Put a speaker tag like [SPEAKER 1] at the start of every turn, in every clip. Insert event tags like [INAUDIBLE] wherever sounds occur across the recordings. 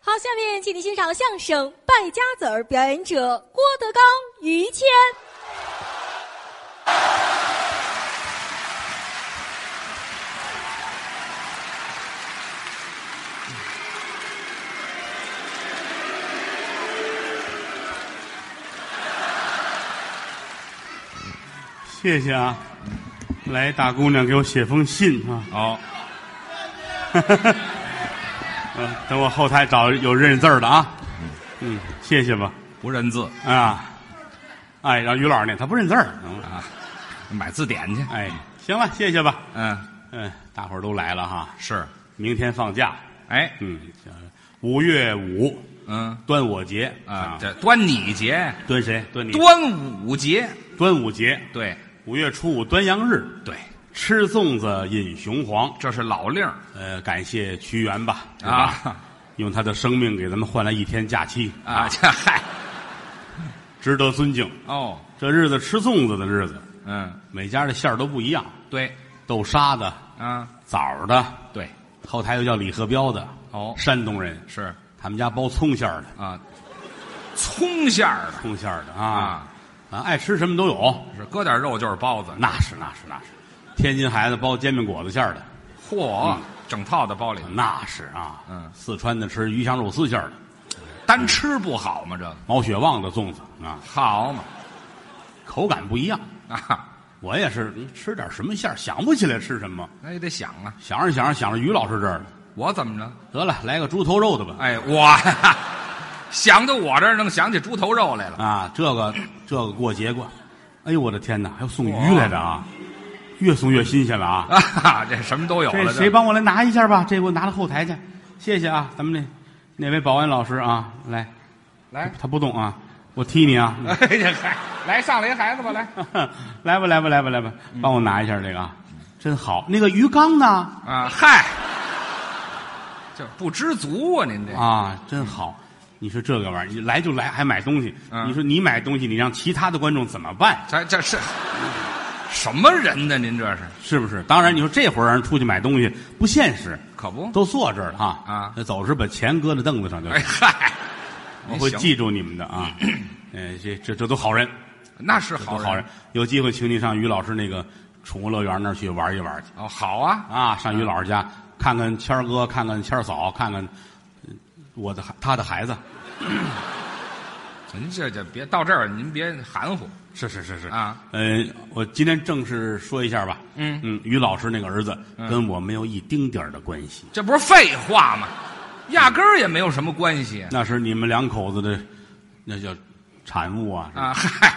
[SPEAKER 1] 好，下面请您欣赏相声《败家子儿》，表演者郭德纲、于谦。
[SPEAKER 2] 谢谢啊，来大姑娘给我写封信啊， [LAUGHS]
[SPEAKER 3] 哦，
[SPEAKER 2] 嗯，等我后台找有认字儿的啊，嗯，谢谢吧，
[SPEAKER 3] 不认字
[SPEAKER 2] 啊，哎，让于老师念，他不认字儿，嗯
[SPEAKER 3] 啊，买字典去。
[SPEAKER 2] 哎，行了，谢谢吧，
[SPEAKER 3] 嗯，
[SPEAKER 2] 嗯，大伙儿都来了哈，
[SPEAKER 3] 是。
[SPEAKER 2] 明天放假，
[SPEAKER 3] 哎，
[SPEAKER 2] 嗯，五月五
[SPEAKER 3] 嗯
[SPEAKER 2] 端午节
[SPEAKER 3] 啊，这端你节，
[SPEAKER 2] 端谁？端你
[SPEAKER 3] 端午节，
[SPEAKER 2] 端午节，
[SPEAKER 3] 对
[SPEAKER 2] 五月初五端阳日，
[SPEAKER 3] 对，
[SPEAKER 2] 吃粽子饮雄黄，
[SPEAKER 3] 这是老令儿
[SPEAKER 2] 呃，感谢屈原吧，是吧
[SPEAKER 3] 啊
[SPEAKER 2] [LAUGHS] 用他的生命给咱们换来一天假期，
[SPEAKER 3] 啊，这嗨
[SPEAKER 2] 值得尊敬。
[SPEAKER 3] 哦，
[SPEAKER 2] 这日子吃粽子的日子，
[SPEAKER 3] 嗯，
[SPEAKER 2] 每家的馅儿都不一样，
[SPEAKER 3] 对
[SPEAKER 2] 豆沙的、
[SPEAKER 3] 啊，
[SPEAKER 2] 枣儿的，
[SPEAKER 3] 对
[SPEAKER 2] 后台又叫李鹤彪的，
[SPEAKER 3] 哦
[SPEAKER 2] 山东人，
[SPEAKER 3] 是
[SPEAKER 2] 他们家包葱馅儿的，
[SPEAKER 3] 啊，葱馅儿的
[SPEAKER 2] 葱馅儿的啊
[SPEAKER 3] 啊，
[SPEAKER 2] 啊，爱吃什么都有，
[SPEAKER 3] 是搁点肉就是包子，
[SPEAKER 2] 那是那是那是。天津孩子包煎饼果子馅儿的，
[SPEAKER 3] 嚯，
[SPEAKER 2] 嗯
[SPEAKER 3] 整套的包里，
[SPEAKER 2] 那是啊，
[SPEAKER 3] 嗯
[SPEAKER 2] 四川的吃鱼香肉丝馅儿的，
[SPEAKER 3] 单吃不好吗？这个
[SPEAKER 2] 毛血旺的粽子啊，
[SPEAKER 3] 好嘛
[SPEAKER 2] 口感不一样。
[SPEAKER 3] 啊，
[SPEAKER 2] 我也是，嗯吃点什么馅儿想不起来吃什么，
[SPEAKER 3] 那也得想啊，
[SPEAKER 2] 想着想着想着于老师这儿了，
[SPEAKER 3] 我怎么着？
[SPEAKER 2] 得了，来个猪头肉的吧。
[SPEAKER 3] 哎，我 [LAUGHS] 想到我这儿能想起猪头肉来了。
[SPEAKER 2] 啊，这个这个过节过，哎呦我的天哪，还有送鱼来的啊，越送越新鲜了啊！
[SPEAKER 3] 啊，这什么都有
[SPEAKER 2] 这
[SPEAKER 3] 了。
[SPEAKER 2] 谁帮我来拿一下吧？这给我拿到后台去，谢谢啊，咱们那那位保安老师啊，来，
[SPEAKER 3] 来？
[SPEAKER 2] 他不动啊，我踢你啊！
[SPEAKER 3] 哎呀，
[SPEAKER 2] [LAUGHS]
[SPEAKER 3] 嗨，来上来一孩子吧，来
[SPEAKER 2] 来吧，来吧，来吧，来吧，
[SPEAKER 3] 嗯
[SPEAKER 2] 帮我拿一下这个，啊，真好。那个鱼缸呢？
[SPEAKER 3] 啊，嗨，这不知足啊，您这
[SPEAKER 2] 啊，真好。你说这个玩意儿，你来就来，还买东西。
[SPEAKER 3] 嗯
[SPEAKER 2] 你说你买东西，你让其他的观众怎么办？
[SPEAKER 3] 这这是什么人呢？您这是
[SPEAKER 2] 是不是？当然，你说这会儿让人出去买东西不现实，
[SPEAKER 3] 可不？
[SPEAKER 2] 都坐这儿了哈
[SPEAKER 3] 啊
[SPEAKER 2] 那走时把钱搁在凳子上就
[SPEAKER 3] 哎
[SPEAKER 2] 行，
[SPEAKER 3] 嗨，
[SPEAKER 2] 我会
[SPEAKER 3] 行，
[SPEAKER 2] 记住你们的
[SPEAKER 3] [CLEARS THROAT]
[SPEAKER 2] 啊。呃，这这这都好人，
[SPEAKER 3] 那是
[SPEAKER 2] 都
[SPEAKER 3] 好
[SPEAKER 2] 好人。有机会请你上于老师那个宠物乐园那儿去玩一玩去
[SPEAKER 3] 哦，好啊，
[SPEAKER 2] 啊，上于老师家看看谦儿哥，看看谦儿嫂，看看呃我的孩他的孩子。
[SPEAKER 3] 您这就别到这儿，您别含糊
[SPEAKER 2] 是是是是
[SPEAKER 3] 啊。
[SPEAKER 2] 呃，我今天正式说一下吧。
[SPEAKER 3] 嗯
[SPEAKER 2] 嗯，于老师那个儿子跟我没有一丁点儿的关系，
[SPEAKER 3] 这不是废话吗？压根儿也没有什么关系啊
[SPEAKER 2] 那是你们两口子的那叫产物啊，是吧
[SPEAKER 3] 啊！嗨，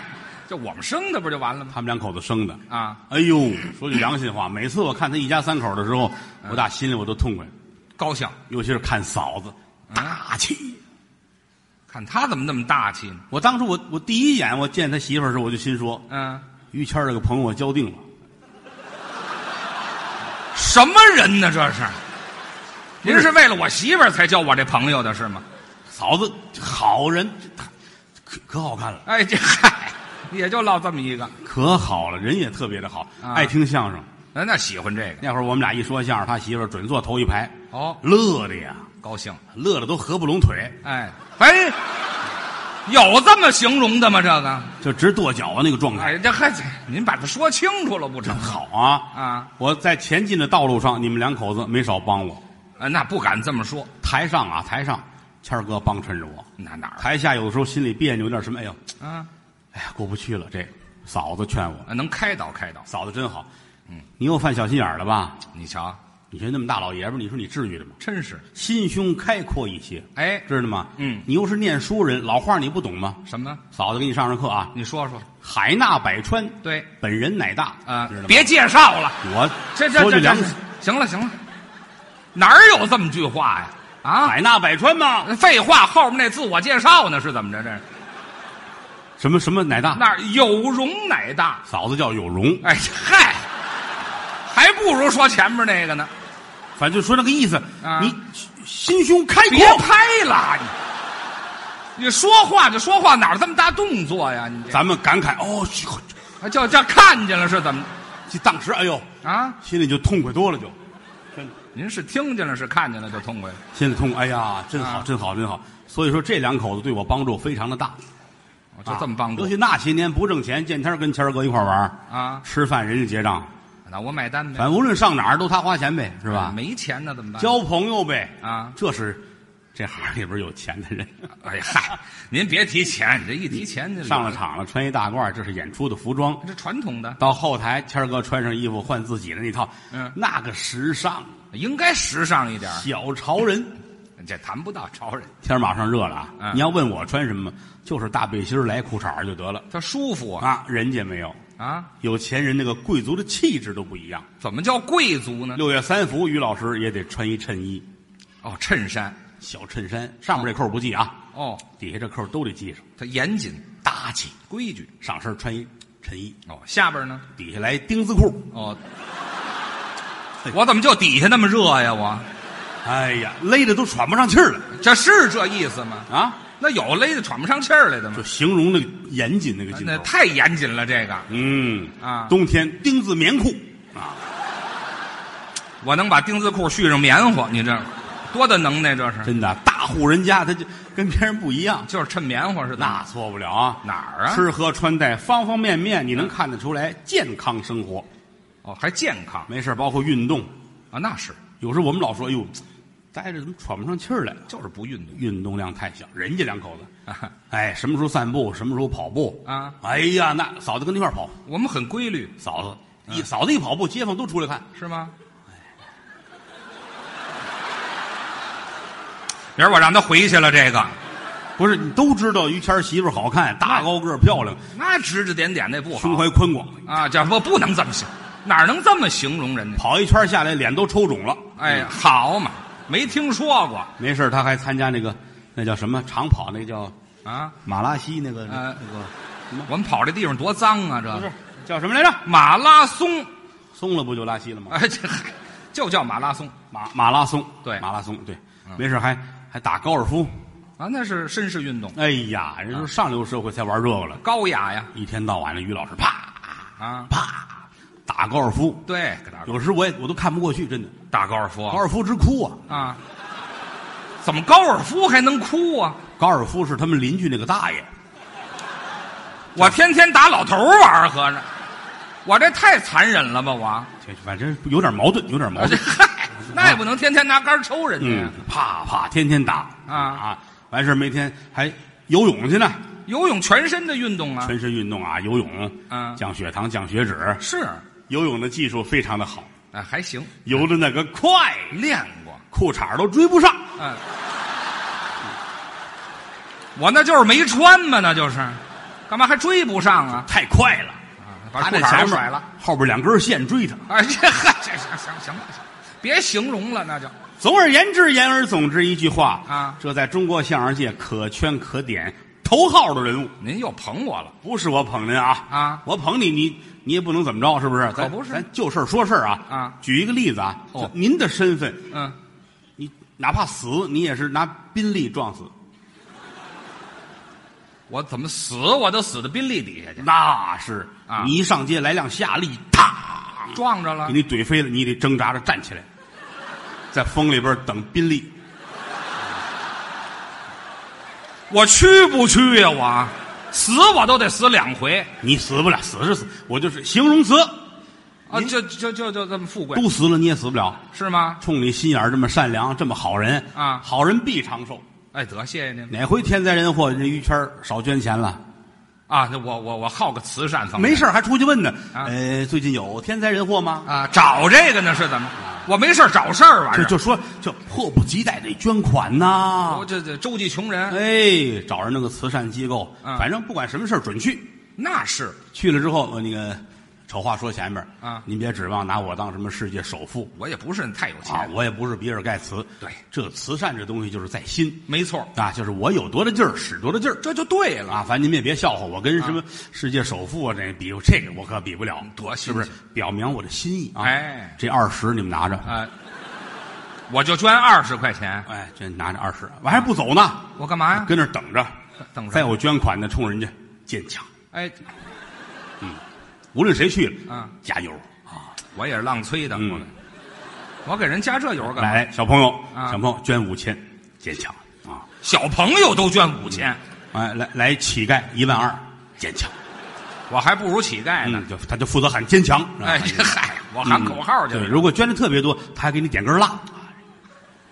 [SPEAKER 3] 就我们生的不就完了吗？
[SPEAKER 2] 他们两口子生的。
[SPEAKER 3] 啊，
[SPEAKER 2] 哎呦，说句良心话，每次我看他一家三口的时候，我打心里我都痛快，
[SPEAKER 3] 高兴，
[SPEAKER 2] 尤其是看嫂子
[SPEAKER 3] 嗯
[SPEAKER 2] 大气。
[SPEAKER 3] 看他怎么那么大气呢？
[SPEAKER 2] 我当初我我第一眼我见他媳妇儿的时候，我就心说，
[SPEAKER 3] 嗯。
[SPEAKER 2] 于谦儿这个朋友我交定了。
[SPEAKER 3] 什么人呢？这是？您是为了我媳妇儿才交我这朋友的是吗？
[SPEAKER 2] 嫂子好人，这她可可好看了，
[SPEAKER 3] 哎，这嗨，也就落这么一个。
[SPEAKER 2] 可好了，人也特别的好，
[SPEAKER 3] 啊
[SPEAKER 2] 爱听相声。
[SPEAKER 3] 那哎那喜欢这个
[SPEAKER 2] 那会儿我们俩一说相声，他媳妇儿准坐头一排，
[SPEAKER 3] 哦，
[SPEAKER 2] 乐的呀，
[SPEAKER 3] 高兴。
[SPEAKER 2] 乐的都合不拢腿，
[SPEAKER 3] 哎哎，有这么形容的吗？这个？
[SPEAKER 2] 就直跺脚啊那个状态。
[SPEAKER 3] 哎，这还您把它说清楚了不成？
[SPEAKER 2] 好啊
[SPEAKER 3] 啊！
[SPEAKER 2] 我在前进的道路上，你们两口子没少帮我。
[SPEAKER 3] 啊，那不敢这么说。
[SPEAKER 2] 台上啊，台上，谦儿哥帮衬着我；
[SPEAKER 3] 那哪儿
[SPEAKER 2] 台下有的时候心里别扭，有点什么，哎呦，
[SPEAKER 3] 啊？
[SPEAKER 2] 哎呀，过不去了。这个嫂子劝我，
[SPEAKER 3] 能开导开导。
[SPEAKER 2] 嫂子真好。嗯，你又犯小心眼儿了吧？
[SPEAKER 3] 你瞧，
[SPEAKER 2] 你说那么大老爷们儿，你说你至于的吗？
[SPEAKER 3] 真是。
[SPEAKER 2] 心胸开阔一些，
[SPEAKER 3] 哎，
[SPEAKER 2] 知道吗？
[SPEAKER 3] 嗯
[SPEAKER 2] 你又是念书人，老话你不懂吗？
[SPEAKER 3] 什么？
[SPEAKER 2] 嫂子给你上上课啊，
[SPEAKER 3] 你说说。
[SPEAKER 2] 海纳百川，
[SPEAKER 3] 对
[SPEAKER 2] 本人乃大
[SPEAKER 3] 啊
[SPEAKER 2] 知道，吗？
[SPEAKER 3] 别介绍了。
[SPEAKER 2] 我
[SPEAKER 3] 这这
[SPEAKER 2] 说句
[SPEAKER 3] 这
[SPEAKER 2] 良
[SPEAKER 3] 这
[SPEAKER 2] 心，，
[SPEAKER 3] 行了行了，哪儿有这么句话呀？啊，
[SPEAKER 2] 海纳百川嘛，
[SPEAKER 3] 废话，后面那自我介绍呢是怎么着？这是
[SPEAKER 2] 什么什么乃大，
[SPEAKER 3] 那儿有容乃大。
[SPEAKER 2] 嫂子叫有容，
[SPEAKER 3] 哎嗨，还不如说前面那个呢。
[SPEAKER 2] 反正就说那个意思，
[SPEAKER 3] 啊
[SPEAKER 2] 你心胸开阔
[SPEAKER 3] 别，拍了，你你说话就说话，哪儿这么大动作呀？你
[SPEAKER 2] 咱们感慨哦，这
[SPEAKER 3] 这就这看见了是怎么
[SPEAKER 2] 这当时哎呦，
[SPEAKER 3] 啊？
[SPEAKER 2] 心里就痛快多了就，真的，
[SPEAKER 3] 您是听见了是看见了就痛快了，
[SPEAKER 2] 现在痛快，哎呀，真好，
[SPEAKER 3] 啊
[SPEAKER 2] 真好，真好。所以说这两口子对我帮助非常的大，
[SPEAKER 3] 我哦就这么帮助
[SPEAKER 2] 尤其那啊些年不挣钱，见天儿跟谦儿哥一块儿玩儿，
[SPEAKER 3] 啊？
[SPEAKER 2] 吃饭人家结账，
[SPEAKER 3] 那我买单呗，
[SPEAKER 2] 反正无论上哪儿都他花钱呗，是吧？
[SPEAKER 3] 没钱那怎么办？
[SPEAKER 2] 交朋友呗，
[SPEAKER 3] 啊
[SPEAKER 2] 这是这行里边有钱的
[SPEAKER 3] [LAUGHS]
[SPEAKER 2] 人。
[SPEAKER 3] 哎呀，嗨，您别提钱，这一提钱就
[SPEAKER 2] 上了场了，穿一大褂儿，这是演出的服装。
[SPEAKER 3] 这传统的
[SPEAKER 2] 到后台，谦儿哥穿上衣服换自己的那套，
[SPEAKER 3] 嗯
[SPEAKER 2] 那个时尚
[SPEAKER 3] 应该时尚一点儿，
[SPEAKER 2] 小潮人。
[SPEAKER 3] [LAUGHS] 这谈不到潮人，
[SPEAKER 2] 天儿马上热了啊！
[SPEAKER 3] 嗯
[SPEAKER 2] 你要问我穿什么，就是大背心儿来裤衩儿就得了
[SPEAKER 3] 他舒服啊
[SPEAKER 2] 啊。人家没有，
[SPEAKER 3] 啊！
[SPEAKER 2] 有钱人那个贵族的气质都不一样。
[SPEAKER 3] 怎么叫贵族呢？
[SPEAKER 2] 六月三伏，于老师也得穿一衬衣，
[SPEAKER 3] 哦，衬衫
[SPEAKER 2] 小衬衫，上面这扣儿不系啊，
[SPEAKER 3] 哦，
[SPEAKER 2] 底下这扣儿都得系上，
[SPEAKER 3] 它严谨
[SPEAKER 2] 搭起。
[SPEAKER 3] 规矩
[SPEAKER 2] 上身穿一衬衣，
[SPEAKER 3] 哦。下边呢？
[SPEAKER 2] 底下来丁字裤。
[SPEAKER 3] 哦
[SPEAKER 2] 哎，
[SPEAKER 3] 我怎么就底下那么热呀？我
[SPEAKER 2] 哎呀，勒的都喘不上气儿了
[SPEAKER 3] 这是这意思吗？
[SPEAKER 2] 啊！
[SPEAKER 3] 那有勒得喘不上气儿来的吗
[SPEAKER 2] 就？形容那个严谨那个劲
[SPEAKER 3] 那
[SPEAKER 2] 头。
[SPEAKER 3] 太严谨了，这个
[SPEAKER 2] 嗯
[SPEAKER 3] 啊
[SPEAKER 2] 冬天丁字棉裤啊，
[SPEAKER 3] 我能把丁字裤续上棉花，你这多大能耐？这是
[SPEAKER 2] 真的大户人家他就跟别人不一样，
[SPEAKER 3] 就是趁棉花是
[SPEAKER 2] 那错不了啊。
[SPEAKER 3] 哪儿啊？
[SPEAKER 2] 吃喝穿戴方方面面，你能看得出来健康生活。
[SPEAKER 3] 哦，还健康
[SPEAKER 2] 没事儿，包括运动。
[SPEAKER 3] 啊？那是
[SPEAKER 2] 有时候我们老说，哎呦，待着怎么喘不上气儿来？
[SPEAKER 3] 就是不运动
[SPEAKER 2] 运动量太小。人家两口子，
[SPEAKER 3] 啊。
[SPEAKER 2] 哎，什么时候散步，什么时候跑步
[SPEAKER 3] 啊？
[SPEAKER 2] 哎呀，那嫂子跟他一块儿跑，
[SPEAKER 3] 我们很规律
[SPEAKER 2] 嫂子一嫂子一跑步，街坊都出来看。
[SPEAKER 3] 是吗？明儿我让他回去了，这个
[SPEAKER 2] 不是，你都知道于谦儿媳妇儿好看，大高个儿漂亮，
[SPEAKER 3] 那指指点点那不
[SPEAKER 2] 胸
[SPEAKER 3] 好
[SPEAKER 2] 怀宽广，
[SPEAKER 3] 啊！这不不能这么形，哪能这么形容人家？
[SPEAKER 2] 跑一圈儿下来脸都抽肿了。嗯
[SPEAKER 3] 哎，好嘛，没听说过
[SPEAKER 2] 没事儿，他还参加那个那叫什么长跑，那个叫
[SPEAKER 3] 啊！
[SPEAKER 2] 马拉西那个、
[SPEAKER 3] 呃
[SPEAKER 2] 那个
[SPEAKER 3] 我们跑这地方多脏啊！
[SPEAKER 2] 嗯不
[SPEAKER 3] 这
[SPEAKER 2] 是叫什么来着？
[SPEAKER 3] 马拉松，
[SPEAKER 2] 松了不就拉稀了吗？
[SPEAKER 3] 哎，这嗨就叫马拉松
[SPEAKER 2] 马马拉松，
[SPEAKER 3] 对
[SPEAKER 2] 马拉松，对，没事儿还还打高尔夫。
[SPEAKER 3] 啊，那是绅士运动，
[SPEAKER 2] 哎呀，人说上流社会才玩这个了，
[SPEAKER 3] 高雅呀
[SPEAKER 2] 一天到晚的于老师啪
[SPEAKER 3] 啊！
[SPEAKER 2] 啪打高尔夫，
[SPEAKER 3] 对，给打
[SPEAKER 2] 有时我也我都看不过去，真的，
[SPEAKER 3] 打高尔夫
[SPEAKER 2] 高尔夫之哭啊！
[SPEAKER 3] 啊？怎么高尔夫还能哭啊？
[SPEAKER 2] 高尔夫是他们邻居那个大爷，
[SPEAKER 3] 我天天打老头儿玩儿，合着我这太残忍了吧？我
[SPEAKER 2] 这反正有点矛盾，有点矛
[SPEAKER 3] 这
[SPEAKER 2] 盾。
[SPEAKER 3] 嗨，那也不能天天拿杆儿抽人家
[SPEAKER 2] 嗯
[SPEAKER 3] 呀。，
[SPEAKER 2] 啪啪，天天打
[SPEAKER 3] 啊
[SPEAKER 2] 啊！完事儿每天还游泳去呢，
[SPEAKER 3] 游泳全身的运动啊，
[SPEAKER 2] 嗯全身运动啊，游泳，
[SPEAKER 3] 嗯
[SPEAKER 2] 降血糖、降血脂，
[SPEAKER 3] 是
[SPEAKER 2] 游泳的技术非常的好，
[SPEAKER 3] 啊，还行，
[SPEAKER 2] 游的那个快，
[SPEAKER 3] 练过。
[SPEAKER 2] 裤衩儿都追不上。
[SPEAKER 3] 嗯，我那就是没穿嘛，那就是，干嘛还追不上啊？
[SPEAKER 2] 太快了，
[SPEAKER 3] 啊把
[SPEAKER 2] 嗯他
[SPEAKER 3] 裤
[SPEAKER 2] 那
[SPEAKER 3] 衩
[SPEAKER 2] 前
[SPEAKER 3] 都
[SPEAKER 2] 面
[SPEAKER 3] 甩了。，
[SPEAKER 2] 后边两根线追他。
[SPEAKER 3] 哎，这嗨，这行行行了，行了别形容了，那就
[SPEAKER 2] 总而言之，言而总之一句话
[SPEAKER 3] 啊
[SPEAKER 2] 这在中国相声界可圈可点头号的人物，
[SPEAKER 3] 您又捧我了。
[SPEAKER 2] 不是我捧您啊
[SPEAKER 3] 啊
[SPEAKER 2] 我捧你，你你也不能怎么着，是不是？
[SPEAKER 3] 可
[SPEAKER 2] 咱
[SPEAKER 3] 不是
[SPEAKER 2] 咱就事儿说事儿啊
[SPEAKER 3] 啊
[SPEAKER 2] 举一个例子啊，
[SPEAKER 3] 哦
[SPEAKER 2] 就您的身份，
[SPEAKER 3] 嗯，
[SPEAKER 2] 你哪怕死，你也是拿宾利撞死，
[SPEAKER 3] 我怎么死我都死到宾利底下去，
[SPEAKER 2] 那是
[SPEAKER 3] 啊
[SPEAKER 2] 你一上街来辆夏利，啪，
[SPEAKER 3] 撞着了
[SPEAKER 2] 给。你怼飞了，你得挣扎着站起来，在风里边等宾利。
[SPEAKER 3] 我去不去呀、我死我都得死两回
[SPEAKER 2] 你死不了，死是死，我就是形容词，
[SPEAKER 3] 啊！就就就就这么富贵
[SPEAKER 2] 都死了你也死不了。
[SPEAKER 3] 是吗？
[SPEAKER 2] 冲你心眼儿这么善良，这么好人
[SPEAKER 3] 啊
[SPEAKER 2] 好人必长寿。
[SPEAKER 3] 哎，得谢谢您
[SPEAKER 2] 哪回天灾人祸，人于谦儿少捐钱了，
[SPEAKER 3] 啊！那我我我好个慈善方面
[SPEAKER 2] 没事儿还出去问呢。
[SPEAKER 3] 哦啊
[SPEAKER 2] 呃，最近有天灾人祸吗？
[SPEAKER 3] 啊，找这个呢是怎么？我没事儿找事儿玩意啊
[SPEAKER 2] 就
[SPEAKER 3] 儿，
[SPEAKER 2] 就说就迫不及待得捐款呐
[SPEAKER 3] 我。这这周济穷人
[SPEAKER 2] [LAUGHS] 哎，找人那个慈善机构，
[SPEAKER 3] 嗯
[SPEAKER 2] 反正不管什么事儿准去。
[SPEAKER 3] 那是
[SPEAKER 2] 去了之后，呃那个丑话说前面儿
[SPEAKER 3] 啊
[SPEAKER 2] 您别指望拿我当什么世界首富
[SPEAKER 3] 我也不是太有钱，
[SPEAKER 2] 啊，我也不是比尔盖茨。
[SPEAKER 3] 对
[SPEAKER 2] 这慈善这东西就是在心
[SPEAKER 3] 没错，
[SPEAKER 2] 啊，就是我有多大劲儿使多大劲儿。
[SPEAKER 3] 这就对了。嗯
[SPEAKER 2] 啊，反正您也别笑话我，跟什么世界首富啊这比，这个我可比不了，
[SPEAKER 3] 多
[SPEAKER 2] 是不是
[SPEAKER 3] 新？
[SPEAKER 2] 表明我的心意啊！
[SPEAKER 3] 哎
[SPEAKER 2] 这二十你们拿着，
[SPEAKER 3] 啊，我就捐二十块钱，
[SPEAKER 2] 哎，这拿着二十，我还不走呢，
[SPEAKER 3] 我干嘛呀？
[SPEAKER 2] 跟那儿等着，
[SPEAKER 3] 嗯等
[SPEAKER 2] 再
[SPEAKER 3] 着，
[SPEAKER 2] 有捐款的冲人家坚强，
[SPEAKER 3] 哎，
[SPEAKER 2] 无论谁去了，
[SPEAKER 3] 嗯
[SPEAKER 2] 加油，
[SPEAKER 3] 我也是浪催的，
[SPEAKER 2] 嗯，
[SPEAKER 3] 我给人加这油干嘛？
[SPEAKER 2] 来，小朋友，
[SPEAKER 3] 啊
[SPEAKER 2] 小朋友捐五千，坚强啊！
[SPEAKER 3] 小朋友都捐五千，
[SPEAKER 2] 哎，来来，乞丐一万二，坚强。
[SPEAKER 3] 我还不如乞丐呢。
[SPEAKER 2] 嗯，就他就负责喊坚强。是吧嗯
[SPEAKER 3] 哎，这 [LAUGHS] 嗨，我喊口号去
[SPEAKER 2] 对，
[SPEAKER 3] 了。
[SPEAKER 2] 如果捐的特别多，他还给你点根蜡，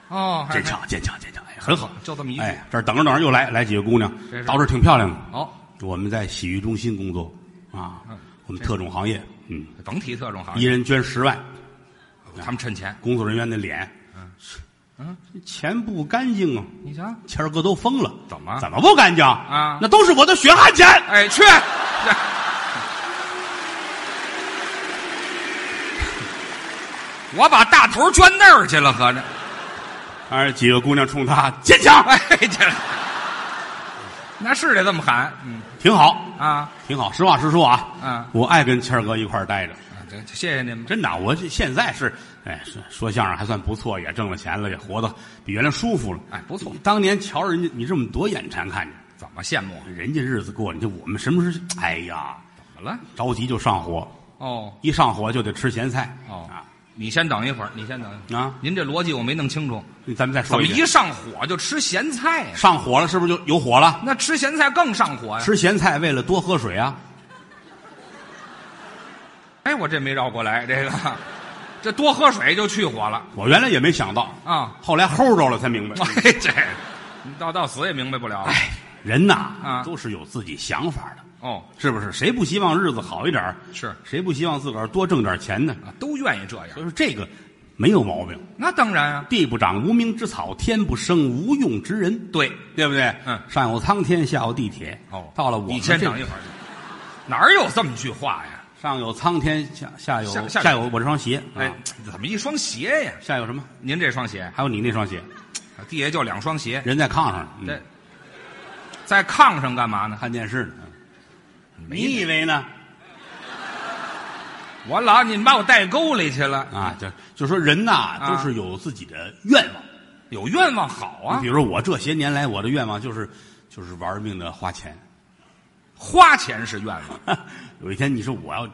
[SPEAKER 3] 哦，还
[SPEAKER 2] 坚强，坚强，坚强，哎，很好。
[SPEAKER 3] 就这么一句
[SPEAKER 2] 哎，这儿等着等着又来来几个姑娘
[SPEAKER 3] 这是，
[SPEAKER 2] 倒是挺漂亮的。
[SPEAKER 3] 哦，
[SPEAKER 2] 我们在洗浴中心工作啊
[SPEAKER 3] 嗯，
[SPEAKER 2] 我们特种行业，嗯，
[SPEAKER 3] 甭提特种行
[SPEAKER 2] 一
[SPEAKER 3] 业，
[SPEAKER 2] 人捐十万，
[SPEAKER 3] 他们趁钱。
[SPEAKER 2] 工作人员的脸，
[SPEAKER 3] 嗯，
[SPEAKER 2] 钱不干净啊，
[SPEAKER 3] 你瞧，
[SPEAKER 2] 谦儿哥都疯了，
[SPEAKER 3] 怎么
[SPEAKER 2] 怎么不干净
[SPEAKER 3] 啊
[SPEAKER 2] 那都是我的血汗钱。
[SPEAKER 3] 哎，去， [LAUGHS] 我把大头捐那儿去了，合着。 [LAUGHS]
[SPEAKER 2] 哎，几个姑娘冲他坚强，
[SPEAKER 3] 哎，这那是得这么喊，嗯
[SPEAKER 2] 挺好，
[SPEAKER 3] 啊，
[SPEAKER 2] 挺好。实话实说啊，
[SPEAKER 3] 嗯
[SPEAKER 2] 我爱跟谦儿哥一块儿待着。
[SPEAKER 3] 啊这这谢谢您们。
[SPEAKER 2] 真的，我这现在是，哎，是说相声还算不错，也挣了钱了，也活得比原来舒服了。
[SPEAKER 3] 哎，不错，
[SPEAKER 2] 当年瞧着人家你这么多眼馋看着，
[SPEAKER 3] 怎么羡慕？啊
[SPEAKER 2] 人家日子过，你就我们什么时候？哎呀，
[SPEAKER 3] 怎么了？
[SPEAKER 2] 着急就上火，
[SPEAKER 3] 哦
[SPEAKER 2] 一上火就得吃咸菜。
[SPEAKER 3] 哦
[SPEAKER 2] 啊，
[SPEAKER 3] 你先等一会儿，你先等一会儿。
[SPEAKER 2] 啊，
[SPEAKER 3] 您这逻辑我没弄清楚，
[SPEAKER 2] 咱们再
[SPEAKER 3] 怎
[SPEAKER 2] 说
[SPEAKER 3] 么
[SPEAKER 2] 一遍
[SPEAKER 3] 一上火就吃咸菜呀、
[SPEAKER 2] 上火了是不是就有火了？
[SPEAKER 3] 那吃咸菜更上火呀、
[SPEAKER 2] 吃咸菜为了多喝水啊，
[SPEAKER 3] 哎，我这没绕过来，这个这多喝水就去火了
[SPEAKER 2] 我原来也没想到，
[SPEAKER 3] 啊！
[SPEAKER 2] 后来齁着了才明白。
[SPEAKER 3] 哎， [LAUGHS] 这你到到死也明白不了。
[SPEAKER 2] 哎，人呐，
[SPEAKER 3] 啊
[SPEAKER 2] 都是有自己想法的，
[SPEAKER 3] 哦，
[SPEAKER 2] 是不是？谁不希望日子好一点儿
[SPEAKER 3] 是
[SPEAKER 2] 谁不希望自个儿多挣点钱呢？
[SPEAKER 3] 啊，都愿意这
[SPEAKER 2] 所以
[SPEAKER 3] 样。
[SPEAKER 2] 说这个没有毛病。
[SPEAKER 3] 那当然啊，
[SPEAKER 2] 地不长无名之草，天不生无用之人，
[SPEAKER 3] 对。
[SPEAKER 2] 对不对？
[SPEAKER 3] 嗯
[SPEAKER 2] 上有苍天，下有地铁。
[SPEAKER 3] 哦，
[SPEAKER 2] 到了我
[SPEAKER 3] 你
[SPEAKER 2] 们
[SPEAKER 3] 先
[SPEAKER 2] 这
[SPEAKER 3] 等一会儿，哪儿有这么句话呀？
[SPEAKER 2] 上有苍天，下下有
[SPEAKER 3] 下下
[SPEAKER 2] 有我这双鞋，
[SPEAKER 3] 哎
[SPEAKER 2] 啊，
[SPEAKER 3] 怎么一双鞋呀？
[SPEAKER 2] 下有什么？
[SPEAKER 3] 您这双鞋，
[SPEAKER 2] 还有你那双鞋，
[SPEAKER 3] 地下就两双鞋，
[SPEAKER 2] 人在炕上，嗯
[SPEAKER 3] 这在炕上干嘛呢？
[SPEAKER 2] 看电视呢。嗯
[SPEAKER 3] 没
[SPEAKER 2] 你以为呢？
[SPEAKER 3] 我老你们把我带沟里去了，
[SPEAKER 2] 啊，就就说人呐，
[SPEAKER 3] 啊
[SPEAKER 2] 都是有自己的愿望。
[SPEAKER 3] 有愿望好
[SPEAKER 2] 你
[SPEAKER 3] 啊
[SPEAKER 2] 比，如说我这些年来，我的愿望就是就是玩命的花钱。 [LAUGHS]
[SPEAKER 3] 花钱是愿望
[SPEAKER 2] 有一天你说我要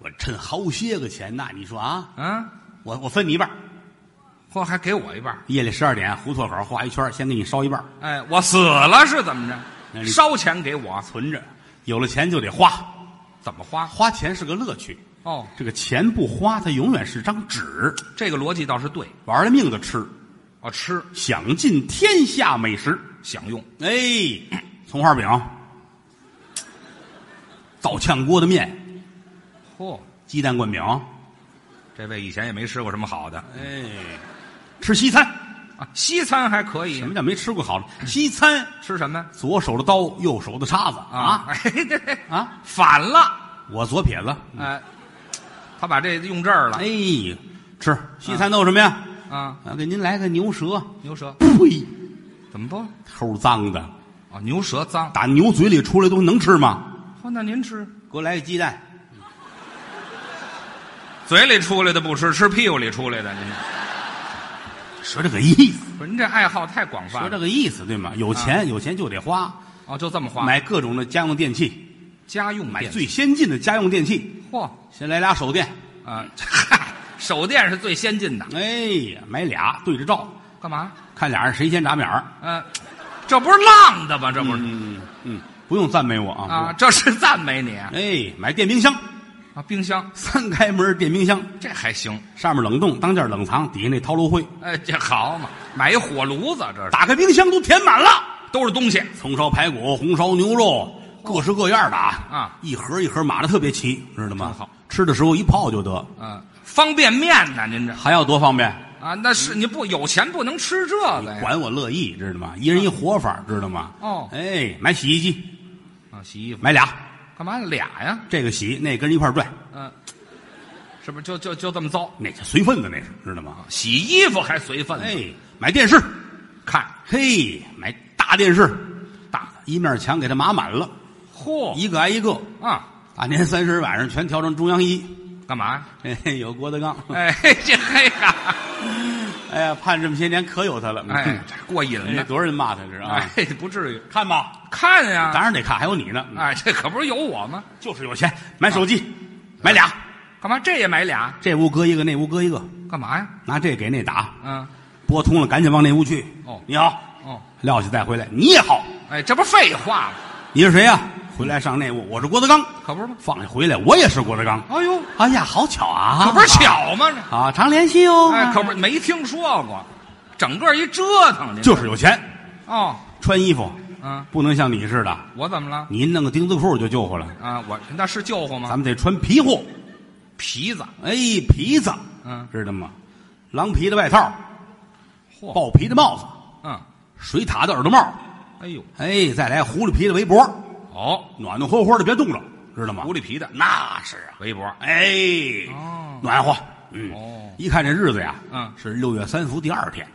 [SPEAKER 2] 我趁好些个钱呐，你说啊，
[SPEAKER 3] 啊，
[SPEAKER 2] 我我分你一半儿，
[SPEAKER 3] 或还给我一半儿。
[SPEAKER 2] 夜里十二点胡同口画一圈儿，先给你烧一半儿，
[SPEAKER 3] 哎，我死了是怎么
[SPEAKER 2] 那
[SPEAKER 3] 着？
[SPEAKER 2] 你
[SPEAKER 3] 烧钱给我，
[SPEAKER 2] 存着。有了钱就得花，
[SPEAKER 3] 怎么花？
[SPEAKER 2] 花钱是个乐趣。
[SPEAKER 3] 哦，
[SPEAKER 2] 这个钱不花，它永远是张纸，
[SPEAKER 3] 这个逻辑倒是对。
[SPEAKER 2] 玩了命的吃，
[SPEAKER 3] 哦，吃
[SPEAKER 2] 享尽天下美食。
[SPEAKER 3] 享用，
[SPEAKER 2] 哎，葱花饼、造炝锅的面、
[SPEAKER 3] 嚯、
[SPEAKER 2] 鸡蛋灌饼，
[SPEAKER 3] 这位以前也没吃过什么好的
[SPEAKER 2] 哎，吃西餐。
[SPEAKER 3] 啊，西餐还可以
[SPEAKER 2] 什，么叫没吃过好的西餐？
[SPEAKER 3] 吃什么呀
[SPEAKER 2] 左手的刀，右手的叉子
[SPEAKER 3] 啊？ [LAUGHS]
[SPEAKER 2] 啊
[SPEAKER 3] 哎，对，
[SPEAKER 2] 啊！
[SPEAKER 3] 反了，
[SPEAKER 2] 我左撇子，
[SPEAKER 3] 哎，他把这用这儿了
[SPEAKER 2] 哎，吃西餐都有什么呀？
[SPEAKER 3] 啊，
[SPEAKER 2] 啊，给您来个牛舌，
[SPEAKER 3] 牛舌
[SPEAKER 2] 呸，
[SPEAKER 3] 怎么不？
[SPEAKER 2] 齁脏的，
[SPEAKER 3] 哦，牛舌脏。
[SPEAKER 2] 打牛嘴里出来东西能吃吗？
[SPEAKER 3] 哦，那您吃
[SPEAKER 2] 给我来个鸡蛋，
[SPEAKER 3] 嘴里出来的不吃，吃屁股里出来的，您这
[SPEAKER 2] 说这个意思，
[SPEAKER 3] 不是您这爱好太广
[SPEAKER 2] 说
[SPEAKER 3] 泛
[SPEAKER 2] 这
[SPEAKER 3] 了。
[SPEAKER 2] 个意思对吗？有钱有钱就得花，
[SPEAKER 3] 哦，就这么花，
[SPEAKER 2] 买各种的家用电器，
[SPEAKER 3] 家用
[SPEAKER 2] 买
[SPEAKER 3] 电
[SPEAKER 2] 最先进的家用电器，
[SPEAKER 3] 嚯
[SPEAKER 2] 先来俩手电，
[SPEAKER 3] 啊， [LAUGHS] 嗨，手电是最先进的，
[SPEAKER 2] 哎呀，买俩对着照，
[SPEAKER 3] 干嘛？
[SPEAKER 2] 看俩人谁先眨眼儿。
[SPEAKER 3] 嗯、这不是浪的吗？这不是、
[SPEAKER 2] 嗯嗯，不用赞美我啊
[SPEAKER 3] 啊，这是赞美你啊！
[SPEAKER 2] 哎，买电冰箱， [LAUGHS]
[SPEAKER 3] 冰箱
[SPEAKER 2] 三开门电冰箱，
[SPEAKER 3] 这还行，
[SPEAKER 2] 上面冷冻，当间冷藏，底下那陶炉灰。
[SPEAKER 3] 哎，这好嘛，买一火炉子，这是
[SPEAKER 2] 打开冰箱都填满了，
[SPEAKER 3] 都是东西。
[SPEAKER 2] 葱烧排骨、红烧牛肉，各式各样的啊
[SPEAKER 3] 啊
[SPEAKER 2] 一盒一盒码的特别齐，知道吗？
[SPEAKER 3] 真好，
[SPEAKER 2] 吃的时候一泡就得，
[SPEAKER 3] 嗯、方便面呢？您这
[SPEAKER 2] 还要多方便，
[SPEAKER 3] 啊，那是你不有钱不能吃这个哎呀？
[SPEAKER 2] 管我乐意，知道吗？一人一活法，知道吗？
[SPEAKER 3] 哦
[SPEAKER 2] 哎，买洗衣机，
[SPEAKER 3] 啊，洗衣服
[SPEAKER 2] 买俩，
[SPEAKER 3] 干嘛俩呀？
[SPEAKER 2] 这个洗，那跟人一块儿拽，
[SPEAKER 3] 嗯、是不是就就就这么糟？
[SPEAKER 2] 那叫随份子，那是知道吗？
[SPEAKER 3] 洗衣服还随份子，
[SPEAKER 2] 哎，买电视，
[SPEAKER 3] 看，
[SPEAKER 2] 嘿，买大电视，大的一面墙给它码满了。
[SPEAKER 3] 嚯
[SPEAKER 2] 一个挨一个。
[SPEAKER 3] 啊，
[SPEAKER 2] 大年三十晚上全调成中央一， [LAUGHS]
[SPEAKER 3] 干嘛呀？
[SPEAKER 2] 嘿嘿，有郭德
[SPEAKER 3] [LAUGHS]
[SPEAKER 2] 纲。
[SPEAKER 3] 哎，这嘿呀，
[SPEAKER 2] 哎呀，盼这么些年可有他了。
[SPEAKER 3] 哎，这过瘾
[SPEAKER 2] 嗯，哎
[SPEAKER 3] 呢，
[SPEAKER 2] 多少人骂他这是啊
[SPEAKER 3] 哎？，嗯不至于，
[SPEAKER 2] 看吧，
[SPEAKER 3] 看呀，嗯
[SPEAKER 2] 当然得看，还有你呢。
[SPEAKER 3] 哎，这可不是有我吗？
[SPEAKER 2] 就是有钱，买手机，买俩，
[SPEAKER 3] 干嘛这也买俩？
[SPEAKER 2] 这屋搁一个，那屋搁一个，
[SPEAKER 3] 干嘛呀？
[SPEAKER 2] 拿这给那打，
[SPEAKER 3] 嗯，
[SPEAKER 2] 拨通了赶紧往那屋去。
[SPEAKER 3] 哦
[SPEAKER 2] 你好，
[SPEAKER 3] 哦，
[SPEAKER 2] 撂下再回来。你也好，
[SPEAKER 3] 哎，这不废话吗？
[SPEAKER 2] 你是谁呀、回来上那屋，我是郭德纲。
[SPEAKER 3] 可不是吗？
[SPEAKER 2] 放下回来，我也是郭德纲。
[SPEAKER 3] 哎呦，
[SPEAKER 2] 哎呀，好巧啊！
[SPEAKER 3] 可不是巧吗？这
[SPEAKER 2] 啊，常联系哦。
[SPEAKER 3] 哎，可不是没听说过，整个一折腾您
[SPEAKER 2] 就是有钱，
[SPEAKER 3] 哦，
[SPEAKER 2] 穿衣服
[SPEAKER 3] 嗯，
[SPEAKER 2] 不能像你似的，
[SPEAKER 3] 我怎么了？
[SPEAKER 2] 你弄个丁字裤就救活了。
[SPEAKER 3] 啊，我那是救活吗？
[SPEAKER 2] 咱们得穿皮货，
[SPEAKER 3] 皮子，
[SPEAKER 2] 哎，皮子，
[SPEAKER 3] 嗯
[SPEAKER 2] 知道吗？狼皮的外套，
[SPEAKER 3] 嚯，
[SPEAKER 2] 豹皮的帽子，
[SPEAKER 3] 嗯，
[SPEAKER 2] 水獭的耳朵帽，
[SPEAKER 3] 哎呦，
[SPEAKER 2] 哎，再来狐狸皮的围脖，
[SPEAKER 3] 哦，
[SPEAKER 2] 暖暖和和的，别冻着，知道吗？
[SPEAKER 3] 狐狸皮的
[SPEAKER 2] 那是啊，
[SPEAKER 3] 围脖，
[SPEAKER 2] 哎，
[SPEAKER 3] 哦
[SPEAKER 2] 暖和，嗯，
[SPEAKER 3] 哦
[SPEAKER 2] 一看这日子呀，
[SPEAKER 3] 嗯
[SPEAKER 2] 是六月三伏第二天，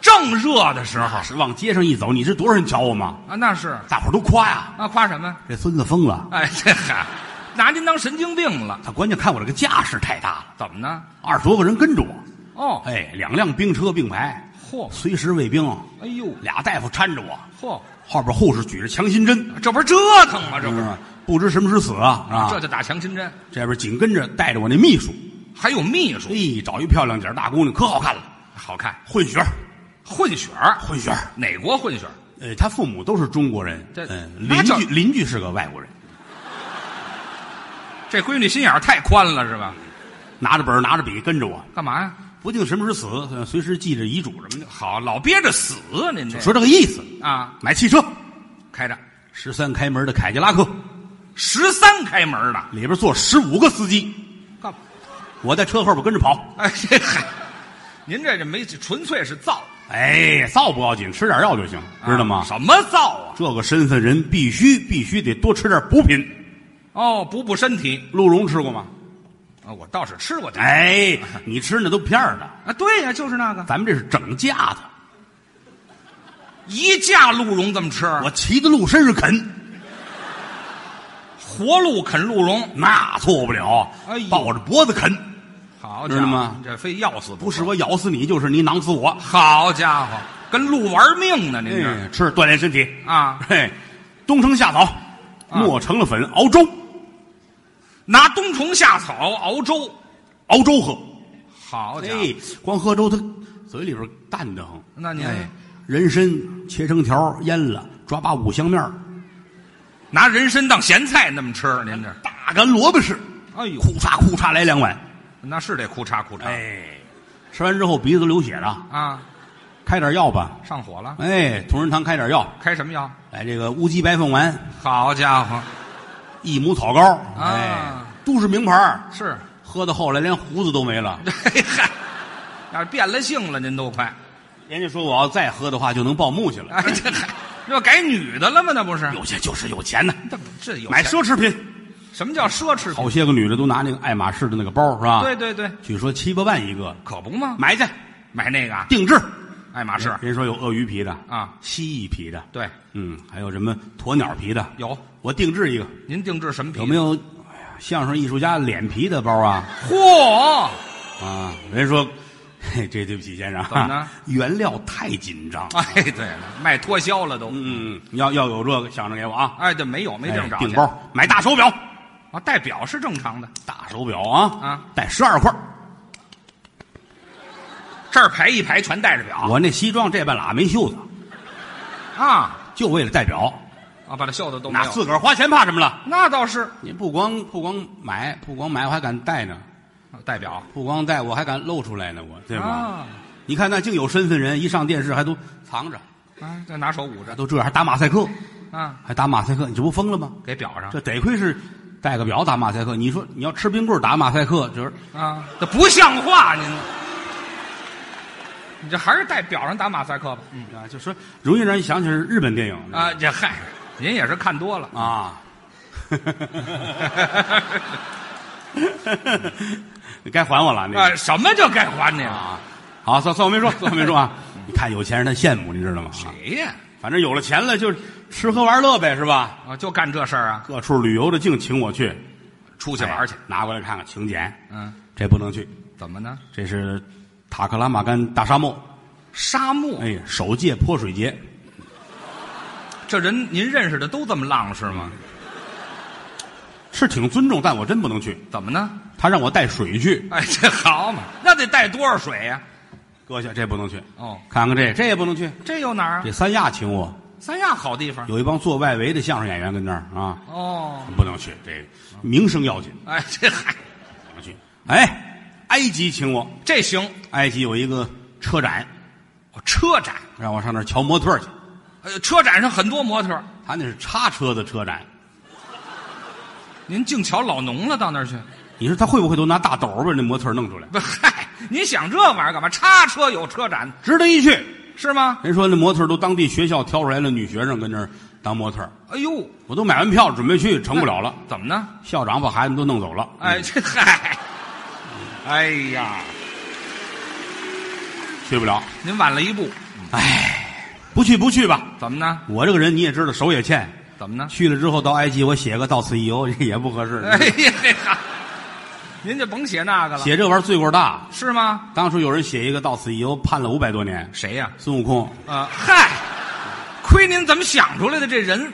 [SPEAKER 3] 正热的时候
[SPEAKER 2] 啊，是往街上一走，你知多少人瞧我吗？
[SPEAKER 3] 啊，那是
[SPEAKER 2] 大伙儿都夸呀，
[SPEAKER 3] 啊，夸什么呀？
[SPEAKER 2] 这孙子疯了。
[SPEAKER 3] 哎，这嗨，拿您当神经病了？
[SPEAKER 2] 他关键看我这个架势太大了，
[SPEAKER 3] 怎么呢？
[SPEAKER 2] 二十多个人跟着我，
[SPEAKER 3] 哦，
[SPEAKER 2] 哎，两辆兵车并排，
[SPEAKER 3] 嚯，
[SPEAKER 2] 随时卫兵，
[SPEAKER 3] 哎呦，
[SPEAKER 2] 俩大夫搀着我，
[SPEAKER 3] 嚯，
[SPEAKER 2] 后边护士举着强心针，
[SPEAKER 3] 这不是折腾吗？这不是，
[SPEAKER 2] 嗯不知什么时死啊！啊，
[SPEAKER 3] 这就打强心针，
[SPEAKER 2] 这边紧跟着带着我那秘书，
[SPEAKER 3] 还有秘书，
[SPEAKER 2] 哎，找一漂亮点儿大姑娘，可好看了，
[SPEAKER 3] 好看，
[SPEAKER 2] 混血儿，
[SPEAKER 3] 混血儿，
[SPEAKER 2] 混血儿。
[SPEAKER 3] 哪国混血儿？
[SPEAKER 2] 呃，他父母都是中国人，
[SPEAKER 3] 这
[SPEAKER 2] 嗯，
[SPEAKER 3] 那
[SPEAKER 2] 邻
[SPEAKER 3] 就
[SPEAKER 2] 居邻居是个外国人，
[SPEAKER 3] 这闺女心眼儿太宽了是吧？
[SPEAKER 2] 拿着本儿拿着笔跟着我，
[SPEAKER 3] 干嘛呀？
[SPEAKER 2] 不定什么时死，呃随时记着遗嘱什么的，
[SPEAKER 3] 好，老憋着死啊您这
[SPEAKER 2] 说这个意思。
[SPEAKER 3] 啊，
[SPEAKER 2] 买汽车，
[SPEAKER 3] 开着
[SPEAKER 2] 十三开门的凯迪拉克，
[SPEAKER 3] 十三开门的，
[SPEAKER 2] 里边坐十五个司机，
[SPEAKER 3] 干嘛？
[SPEAKER 2] 我在车后边跟着跑。
[SPEAKER 3] 哎，这嗨，您这这没纯粹是造，
[SPEAKER 2] 哎，造不要紧，吃点药就行，知道吗
[SPEAKER 3] 啊？什么造啊？
[SPEAKER 2] 这个身份人必须必须得多吃点补品。
[SPEAKER 3] 哦，补补身体
[SPEAKER 2] 鹿茸吃过吗？
[SPEAKER 3] 啊，我倒是吃过点
[SPEAKER 2] 哎，你吃那都片儿的，
[SPEAKER 3] 啊，对呀、就是那个
[SPEAKER 2] 咱们这是整架的。
[SPEAKER 3] 一架鹿茸这么吃，
[SPEAKER 2] 我骑在鹿身上啃，
[SPEAKER 3] 活鹿啃鹿茸，
[SPEAKER 2] 那错不了
[SPEAKER 3] 哎呦，
[SPEAKER 2] 抱着脖子啃。
[SPEAKER 3] 好
[SPEAKER 2] 知
[SPEAKER 3] 家
[SPEAKER 2] 道
[SPEAKER 3] 伙，
[SPEAKER 2] 吗
[SPEAKER 3] 这非要死
[SPEAKER 2] 不
[SPEAKER 3] 不
[SPEAKER 2] 是
[SPEAKER 3] 可，
[SPEAKER 2] 我咬死你，就是你囊死我。
[SPEAKER 3] 好家伙，跟鹿玩命呢，您这、
[SPEAKER 2] 哎，吃锻炼身体。
[SPEAKER 3] 啊，
[SPEAKER 2] 嘿，冬虫夏草，磨成了粉熬粥，
[SPEAKER 3] 拿冬虫夏草熬粥，
[SPEAKER 2] 熬粥喝。
[SPEAKER 3] 好家伙，
[SPEAKER 2] 哎，光喝粥，它嘴里边淡得很。
[SPEAKER 3] 那您
[SPEAKER 2] 哎，人参切成条腌了，抓把五香面儿
[SPEAKER 3] 拿人参当咸菜那么吃，您这，
[SPEAKER 2] 大干萝卜是，
[SPEAKER 3] 哎呦，
[SPEAKER 2] 库嚓库嚓来两碗。
[SPEAKER 3] 那是得哭嚓哭嚓、
[SPEAKER 2] 哎，吃完之后鼻子都流血了，
[SPEAKER 3] 啊，
[SPEAKER 2] 开点药吧。
[SPEAKER 3] 上火了，
[SPEAKER 2] 哎，同仁堂开点药，
[SPEAKER 3] 开什么药？
[SPEAKER 2] 哎，这个乌鸡白凤丸、
[SPEAKER 3] 好家伙，
[SPEAKER 2] 益母草膏，
[SPEAKER 3] 啊
[SPEAKER 2] 哎，都是名牌儿
[SPEAKER 3] [LAUGHS] 是，
[SPEAKER 2] 喝到后来连胡子都没了。
[SPEAKER 3] 嘿嗨，要是变了性了，您都快，
[SPEAKER 2] 人家说我要再喝的话就能报幕去了。
[SPEAKER 3] 哎，这还 [LAUGHS] 这改女的了吗？那不是，
[SPEAKER 2] 有钱就是有钱呐，
[SPEAKER 3] 这不这有
[SPEAKER 2] 买
[SPEAKER 3] 钱
[SPEAKER 2] 奢侈品。
[SPEAKER 3] 什么叫奢侈品？
[SPEAKER 2] 好些个女的都拿那个爱马仕的那个包是吧？
[SPEAKER 3] 对，对对，
[SPEAKER 2] 据说七八万一个，
[SPEAKER 3] 可不嘛，
[SPEAKER 2] 买去
[SPEAKER 3] 买那个啊
[SPEAKER 2] 定制。
[SPEAKER 3] 爱马仕
[SPEAKER 2] 人说有鳄鱼皮的
[SPEAKER 3] 啊，
[SPEAKER 2] 蜥蜴皮的，
[SPEAKER 3] 对，
[SPEAKER 2] 嗯，还有什么鸵鸟皮的，
[SPEAKER 3] 有。
[SPEAKER 2] 我定制一个。
[SPEAKER 3] 您定制什么皮？
[SPEAKER 2] 有没有哎呀相声艺术家脸皮的包啊？
[SPEAKER 3] 嚯， [LAUGHS]
[SPEAKER 2] 啊，人说，嘿，这对不起先生，啊
[SPEAKER 3] 怎么呢
[SPEAKER 2] 原料太紧张。
[SPEAKER 3] 哎，对了，卖脱销了都。
[SPEAKER 2] 嗯，要要有这个，想着给我啊。
[SPEAKER 3] 哎，对，没有，没
[SPEAKER 2] 哎
[SPEAKER 3] 正找去。
[SPEAKER 2] 订包，买大手表，
[SPEAKER 3] 啊，戴表是正常的，
[SPEAKER 2] 大手表啊
[SPEAKER 3] 啊，
[SPEAKER 2] 带十二块。
[SPEAKER 3] 这儿排一排全戴着表
[SPEAKER 2] 我那西装这半拉没袖子，
[SPEAKER 3] 啊
[SPEAKER 2] 就为了戴表，
[SPEAKER 3] 啊，把这袖子都没
[SPEAKER 2] 那
[SPEAKER 3] 有。
[SPEAKER 2] 自个儿花钱怕什么了？
[SPEAKER 3] 那倒是
[SPEAKER 2] 你不光不光买，不光买，我还敢戴呢。
[SPEAKER 3] 啊戴表
[SPEAKER 2] 不光戴，我还敢露出来呢，我对吧？
[SPEAKER 3] 啊，
[SPEAKER 2] 你看那净有身份人，一上电视还都藏着，
[SPEAKER 3] 啊，再拿手捂
[SPEAKER 2] 这
[SPEAKER 3] 着
[SPEAKER 2] 都这样还打马赛克，
[SPEAKER 3] 啊，
[SPEAKER 2] 还打马赛克，你这不疯了吗？
[SPEAKER 3] 给表上
[SPEAKER 2] 这得亏是戴个表打马赛克。你说你要吃冰棍打马赛克，就是
[SPEAKER 3] 啊，这不像话，您。你这还是戴表上打马赛克吧？嗯
[SPEAKER 2] 啊，就说容易让人想起是日本电影
[SPEAKER 3] 啊，这嗨，您也是看多了。
[SPEAKER 2] 啊。 [LAUGHS] 你该还我了，那个
[SPEAKER 3] 啊，什么叫该还你？
[SPEAKER 2] 啊，好，算算我没说，算我没说啊。你看有钱人他羡慕，你知道吗？
[SPEAKER 3] 谁呀？
[SPEAKER 2] 反正有了钱了就吃喝玩乐呗，是吧？
[SPEAKER 3] 啊，就干这事儿啊，
[SPEAKER 2] 各处旅游的净请我去，
[SPEAKER 3] 出
[SPEAKER 2] 出
[SPEAKER 3] 去玩儿去。
[SPEAKER 2] 拿过来看看请柬，
[SPEAKER 3] 嗯，
[SPEAKER 2] 这不能去，
[SPEAKER 3] 怎么呢？
[SPEAKER 2] 这是塔克拉玛干大沙漠，
[SPEAKER 3] 沙漠，
[SPEAKER 2] 哎，首届泼水节，
[SPEAKER 3] 嗯这人您认识的都这么浪是吗？
[SPEAKER 2] 是挺尊重，但我真不能去。
[SPEAKER 3] 怎么呢？
[SPEAKER 2] 他让我带水去，
[SPEAKER 3] 哎，这好嘛，那得带多少水呀、
[SPEAKER 2] 搁下这不能去。
[SPEAKER 3] 哦，
[SPEAKER 2] 看看这，这也不能去。
[SPEAKER 3] 这有哪儿啊
[SPEAKER 2] 这？三亚请我，
[SPEAKER 3] 三亚好地方。
[SPEAKER 2] 有一帮做外围的相声演员跟那儿啊，
[SPEAKER 3] 哦，
[SPEAKER 2] 不能去。这个名声要紧，
[SPEAKER 3] 哎，这还
[SPEAKER 2] 不能去。哎，埃及请我，
[SPEAKER 3] 这行，
[SPEAKER 2] 埃及有一个车展，
[SPEAKER 3] 哦车展，
[SPEAKER 2] 让我上那儿瞧模特去。
[SPEAKER 3] 呃，车展上很多模特儿，
[SPEAKER 2] 他那是叉车的车展，
[SPEAKER 3] 您净瞧老农了，到那儿去？
[SPEAKER 2] 你说他会不会都拿大斗把那模特弄出来？
[SPEAKER 3] 不，嗨，您想这玩意儿干嘛？叉车有车展
[SPEAKER 2] 值得一去。
[SPEAKER 3] 是吗？
[SPEAKER 2] [LAUGHS] 人说那模特都当地学校挑出来了女学生跟那儿当模特，
[SPEAKER 3] 哎呦，
[SPEAKER 2] 我都买完票准备去，成不了
[SPEAKER 3] [LAUGHS]
[SPEAKER 2] 了。
[SPEAKER 3] 怎么呢？
[SPEAKER 2] 校长把孩子们都弄走了。
[SPEAKER 3] 哎，
[SPEAKER 2] 嗯，
[SPEAKER 3] 这嗨，哎呀，
[SPEAKER 2] 去不了。
[SPEAKER 3] 您晚了一步，
[SPEAKER 2] 不去不去吧。
[SPEAKER 3] 怎么呢？
[SPEAKER 2] 我这个人你也知道，手也欠。
[SPEAKER 3] 怎么呢？
[SPEAKER 2] 去了之后到埃及，我写个到此一游， [LAUGHS] 这也不合适。
[SPEAKER 3] [LAUGHS] 哎呀，这哈，您就甭写那个了，
[SPEAKER 2] 写这玩意儿罪过大。
[SPEAKER 3] 是吗？
[SPEAKER 2] 当初有人写一个到此一游，判了五百多年。
[SPEAKER 3] 谁呀、
[SPEAKER 2] 孙悟空
[SPEAKER 3] 啊？嗨，亏您怎么想出来的这人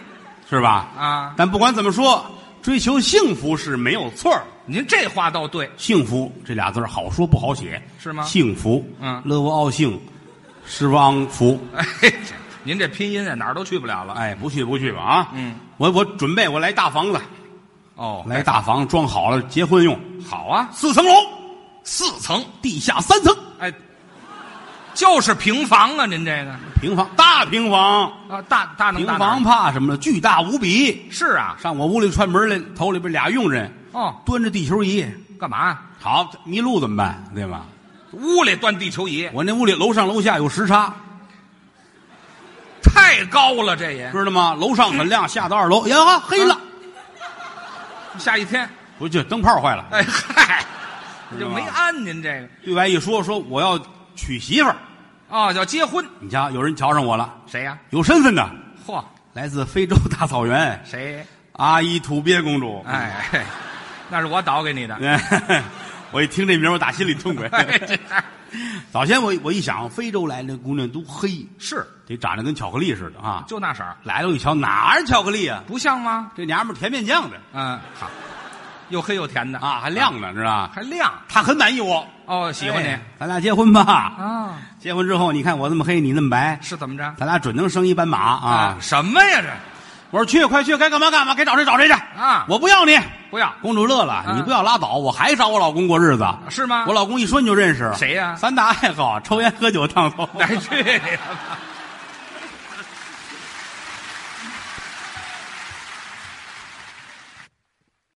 [SPEAKER 2] 是吧？
[SPEAKER 3] 啊？
[SPEAKER 2] 但不管怎么说，追求幸福是没有错儿。
[SPEAKER 3] 您这话倒对，
[SPEAKER 2] 幸福这俩字儿好说不好写，
[SPEAKER 3] 是吗
[SPEAKER 2] 幸福，
[SPEAKER 3] 嗯
[SPEAKER 2] 乐无傲幸，失汪福。
[SPEAKER 3] 哎，这 [LAUGHS] 您这拼音啊在哪儿都去不了了。
[SPEAKER 2] 哎，不去不去吧啊！
[SPEAKER 3] 嗯，
[SPEAKER 2] 我我准备我来大房子，
[SPEAKER 3] 哦，
[SPEAKER 2] 来大房子装好了结婚用，
[SPEAKER 3] 好啊，
[SPEAKER 2] 四层楼，
[SPEAKER 3] 四层，
[SPEAKER 2] 地下三层，
[SPEAKER 3] 哎，就是平房啊，您这个
[SPEAKER 2] 平房大平房，
[SPEAKER 3] 啊，大大能
[SPEAKER 2] 平
[SPEAKER 3] 大哪儿
[SPEAKER 2] 房怕什么呢？巨大无比。
[SPEAKER 3] 是啊，
[SPEAKER 2] 上我屋里串门来，头里边俩佣人
[SPEAKER 3] 哦，
[SPEAKER 2] 端着地球仪，
[SPEAKER 3] 干嘛？啊
[SPEAKER 2] 好迷路怎么办？对吧？
[SPEAKER 3] 屋里断地球仪
[SPEAKER 2] 我那屋里楼上楼下有时差，
[SPEAKER 3] 太高了，这也
[SPEAKER 2] 知道吗？楼上很亮，下到二楼，呀，黑了，
[SPEAKER 3] 嗯下一天，
[SPEAKER 2] 不就灯泡坏了。
[SPEAKER 3] 哎嗨，就没
[SPEAKER 2] 是吧
[SPEAKER 3] 安您这个
[SPEAKER 2] 对外一说，说我要娶媳妇儿，
[SPEAKER 3] 哦，要结婚
[SPEAKER 2] 你瞧，有人瞧上我了，
[SPEAKER 3] 谁呀、
[SPEAKER 2] 有身份的，
[SPEAKER 3] 嚯，
[SPEAKER 2] 来自非洲大草原，
[SPEAKER 3] 谁？
[SPEAKER 2] 阿依土鳖公主。
[SPEAKER 3] 哎，嘿那是我倒给你的。
[SPEAKER 2] 哎， [LAUGHS] 我一听这名儿，我打心里痛
[SPEAKER 3] [LAUGHS]
[SPEAKER 2] 快。
[SPEAKER 3] 哎这
[SPEAKER 2] 早先我我一想，非洲来的姑娘都黑，
[SPEAKER 3] 是
[SPEAKER 2] 得长得跟巧克力似的啊。
[SPEAKER 3] 就那色儿，
[SPEAKER 2] 来了我一瞧，哪儿巧克力啊？
[SPEAKER 3] 不像吗？
[SPEAKER 2] 这娘们儿甜面酱的
[SPEAKER 3] 嗯，好，又黑又甜的
[SPEAKER 2] 啊，还亮呢，知道吧？
[SPEAKER 3] 还亮
[SPEAKER 2] 她很满意我，
[SPEAKER 3] 哦，喜欢你、
[SPEAKER 2] 哎咱俩结婚吧。
[SPEAKER 3] 啊？
[SPEAKER 2] 结婚之后，你看我这么黑，你那么白，
[SPEAKER 3] 是怎么着
[SPEAKER 2] 咱俩准能生一斑马啊！
[SPEAKER 3] 什么呀这
[SPEAKER 2] 我说去，快去，该干嘛干嘛，该找谁找谁去
[SPEAKER 3] 啊
[SPEAKER 2] 我不要你，
[SPEAKER 3] 不要
[SPEAKER 2] 公主乐了，
[SPEAKER 3] 啊
[SPEAKER 2] 你不要拉倒，我还找我老公过日子，
[SPEAKER 3] 是吗
[SPEAKER 2] 我老公一说你就认识 [LAUGHS]
[SPEAKER 3] 谁呀
[SPEAKER 2] 三大爱好：抽烟、喝酒、烫头。
[SPEAKER 3] 来去你的吧！